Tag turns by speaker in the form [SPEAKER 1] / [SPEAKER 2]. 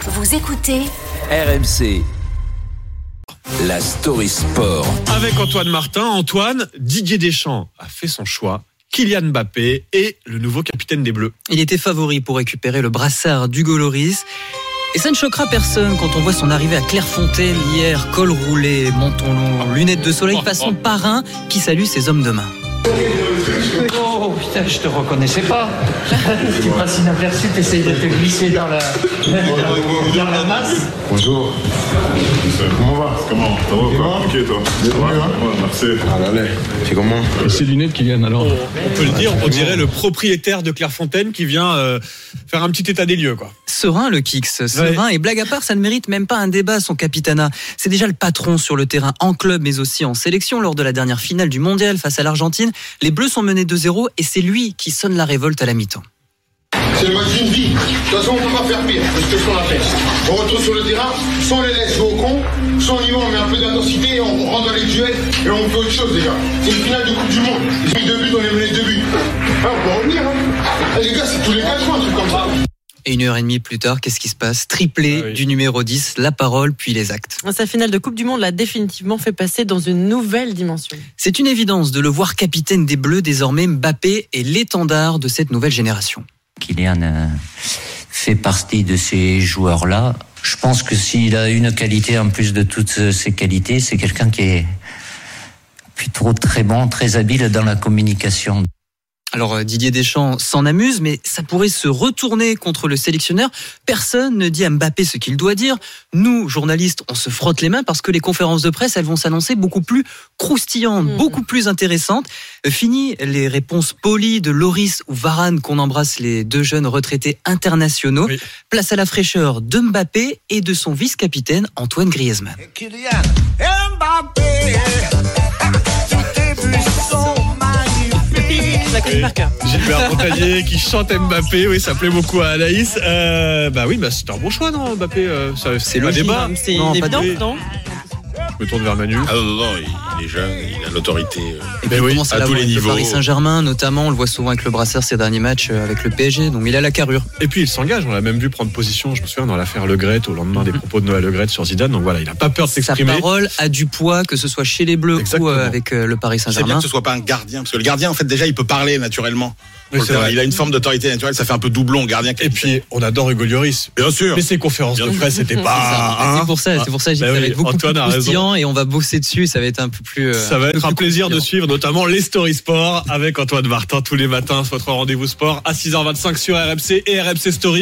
[SPEAKER 1] Vous écoutez
[SPEAKER 2] RMC. La story sport.
[SPEAKER 3] Avec Antoine Martin, Antoine, Didier Deschamps a fait son choix. Kylian Mbappé est le nouveau capitaine des Bleus.
[SPEAKER 4] Il était favori pour récupérer le brassard d'Hugo Loris. Et ça ne choquera personne quand on voit son arrivée à Clairefontaine hier, col roulé, menton long, lunettes de soleil, façon parrain qui salue ses hommes de main.
[SPEAKER 5] Oh putain, je te reconnaissais pas. tu passes inaperçu, t'essayes de te glisser dans la, dans la masse.
[SPEAKER 6] Bonjour.
[SPEAKER 7] Comment on va Comment Ça va ou quoi Ok toi Ça va Ouais, merci. Euh,
[SPEAKER 6] Ah là là, c'est comment
[SPEAKER 8] Ces lunettes qui viennent alors.
[SPEAKER 3] On peut le dire, on dirait le propriétaire de Clairefontaine qui vient euh, faire un petit état des lieux. Quoi.
[SPEAKER 4] Serein le Kix, serein et blague à part, ça ne mérite même pas un débat son capitana. C'est déjà le patron sur le terrain en club mais aussi en sélection lors de la dernière finale du mondial face à l'Argentine. Les Bleus sont menés 2-0 et c'est lui qui sonne la révolte à la mi-temps.
[SPEAKER 9] C'est le match d'une vie. De toute façon, on ne peut pas faire pire que ce que ce qu'on a fait. On retourne sur le terrain, sans les laisser au con, sans on y va, on met un peu d'intensité, et on rentre dans les duels et on fait autre chose déjà. C'est une finale de Coupe du Monde. Ils ont mis deux buts, on les menait deux buts. Hein, on peut revenir. Hein. Eh, Les gars, c'est tous les quatre mois, un truc comme ça.
[SPEAKER 4] Et une heure et demie plus tard, qu'est-ce qui se passe Triplé
[SPEAKER 3] Ah oui.
[SPEAKER 4] du numéro 10, la parole puis les actes.
[SPEAKER 10] Sa finale de Coupe du Monde l'a définitivement fait passer dans une nouvelle dimension.
[SPEAKER 4] C'est une évidence de le voir capitaine des Bleus désormais Mbappé est l'étendard de cette nouvelle génération.
[SPEAKER 11] Kylian euh, fait partie de ces joueurs-là. Je pense que s'il a une qualité en plus de toutes euh, ses qualités, c'est quelqu'un qui est plutôt très bon, très habile dans la communication.
[SPEAKER 4] Alors euh, Didier Deschamps s'en amuse, mais ça pourrait se retourner contre le sélectionneur. Personne ne dit à Mbappé ce qu'il doit dire. Nous, journalistes, on se frotte les mains parce que les conférences de presse, elles vont s'annoncer beaucoup plus croustillantes,
[SPEAKER 10] Mhm.
[SPEAKER 4] beaucoup plus intéressantes. Euh, Fini les réponses polies de Loris ou Varane qu'on embrasse les deux jeunes retraités internationaux.
[SPEAKER 3] Oui.
[SPEAKER 4] Place à la fraîcheur de Mbappé et de son vice-capitaine Antoine Griezmann.
[SPEAKER 3] Gilbert Montagnier qui chante Mbappé, oui, ça plaît beaucoup à Anaïs. Euh, bah oui, bah, c'est un bon choix, non, Mbappé euh, ça- C'est le débat.
[SPEAKER 10] C'est
[SPEAKER 4] Non,
[SPEAKER 10] une
[SPEAKER 4] pas
[SPEAKER 10] évidence,
[SPEAKER 3] de-
[SPEAKER 10] non
[SPEAKER 3] Je me tourne vers Manu.
[SPEAKER 7] Ah non, non, non, il est jeune, il a l'autorité. euh.
[SPEAKER 4] Et puis
[SPEAKER 3] Ben
[SPEAKER 4] il
[SPEAKER 3] oui,
[SPEAKER 4] commence à,
[SPEAKER 7] à
[SPEAKER 4] l'avoir
[SPEAKER 7] tous les
[SPEAKER 4] avec le
[SPEAKER 7] niveaux.
[SPEAKER 4] Paris Saint-Germain, notamment. On le voit souvent avec le brassard ces derniers matchs euh, avec le PSG. Donc il a la carrure.
[SPEAKER 3] Et puis il s'engage, on l'a même vu prendre position, je me souviens, dans l'affaire Le Gret, au lendemain des propos de Noël Le Gret sur Zidane. Donc voilà, il n'a pas peur de
[SPEAKER 4] Sa
[SPEAKER 3] s'exprimer.
[SPEAKER 4] parole a du poids, que ce soit chez les Bleus
[SPEAKER 3] Exactement.
[SPEAKER 4] ou euh, avec euh, le Paris
[SPEAKER 12] C'est bien
[SPEAKER 4] Saint-Germain.
[SPEAKER 12] que ce soit pas un gardien, parce que le gardien, en fait, déjà, il peut parler naturellement.
[SPEAKER 3] Oui,
[SPEAKER 12] Faut le
[SPEAKER 3] c'est
[SPEAKER 12] faire.
[SPEAKER 3] vrai.
[SPEAKER 12] Il a une forme d'autorité naturelle, ça fait un peu doublon, gardien.
[SPEAKER 3] Et puis on adore Hugo Lloris.
[SPEAKER 12] bien sûr.
[SPEAKER 3] Mais ses conférences de presse, c'était pas.
[SPEAKER 4] Ah,
[SPEAKER 3] hein.
[SPEAKER 4] c'est pour ça, c'est pour ça, que j'ai
[SPEAKER 3] Bah
[SPEAKER 4] dit,
[SPEAKER 3] oui,
[SPEAKER 4] ça va être beaucoup
[SPEAKER 3] Antoine a
[SPEAKER 4] plus
[SPEAKER 3] raison.
[SPEAKER 4] croustillant et on va bosser dessus, ça va être un peu plus. euh,
[SPEAKER 3] Ça va
[SPEAKER 4] peu
[SPEAKER 3] être un
[SPEAKER 4] plus
[SPEAKER 3] plaisir de
[SPEAKER 4] croustillant.
[SPEAKER 3] suivre notamment les stories sport avec Antoine Martin tous les matins, votre rendez-vous sport à 6h25 sur RMC et RMC Story.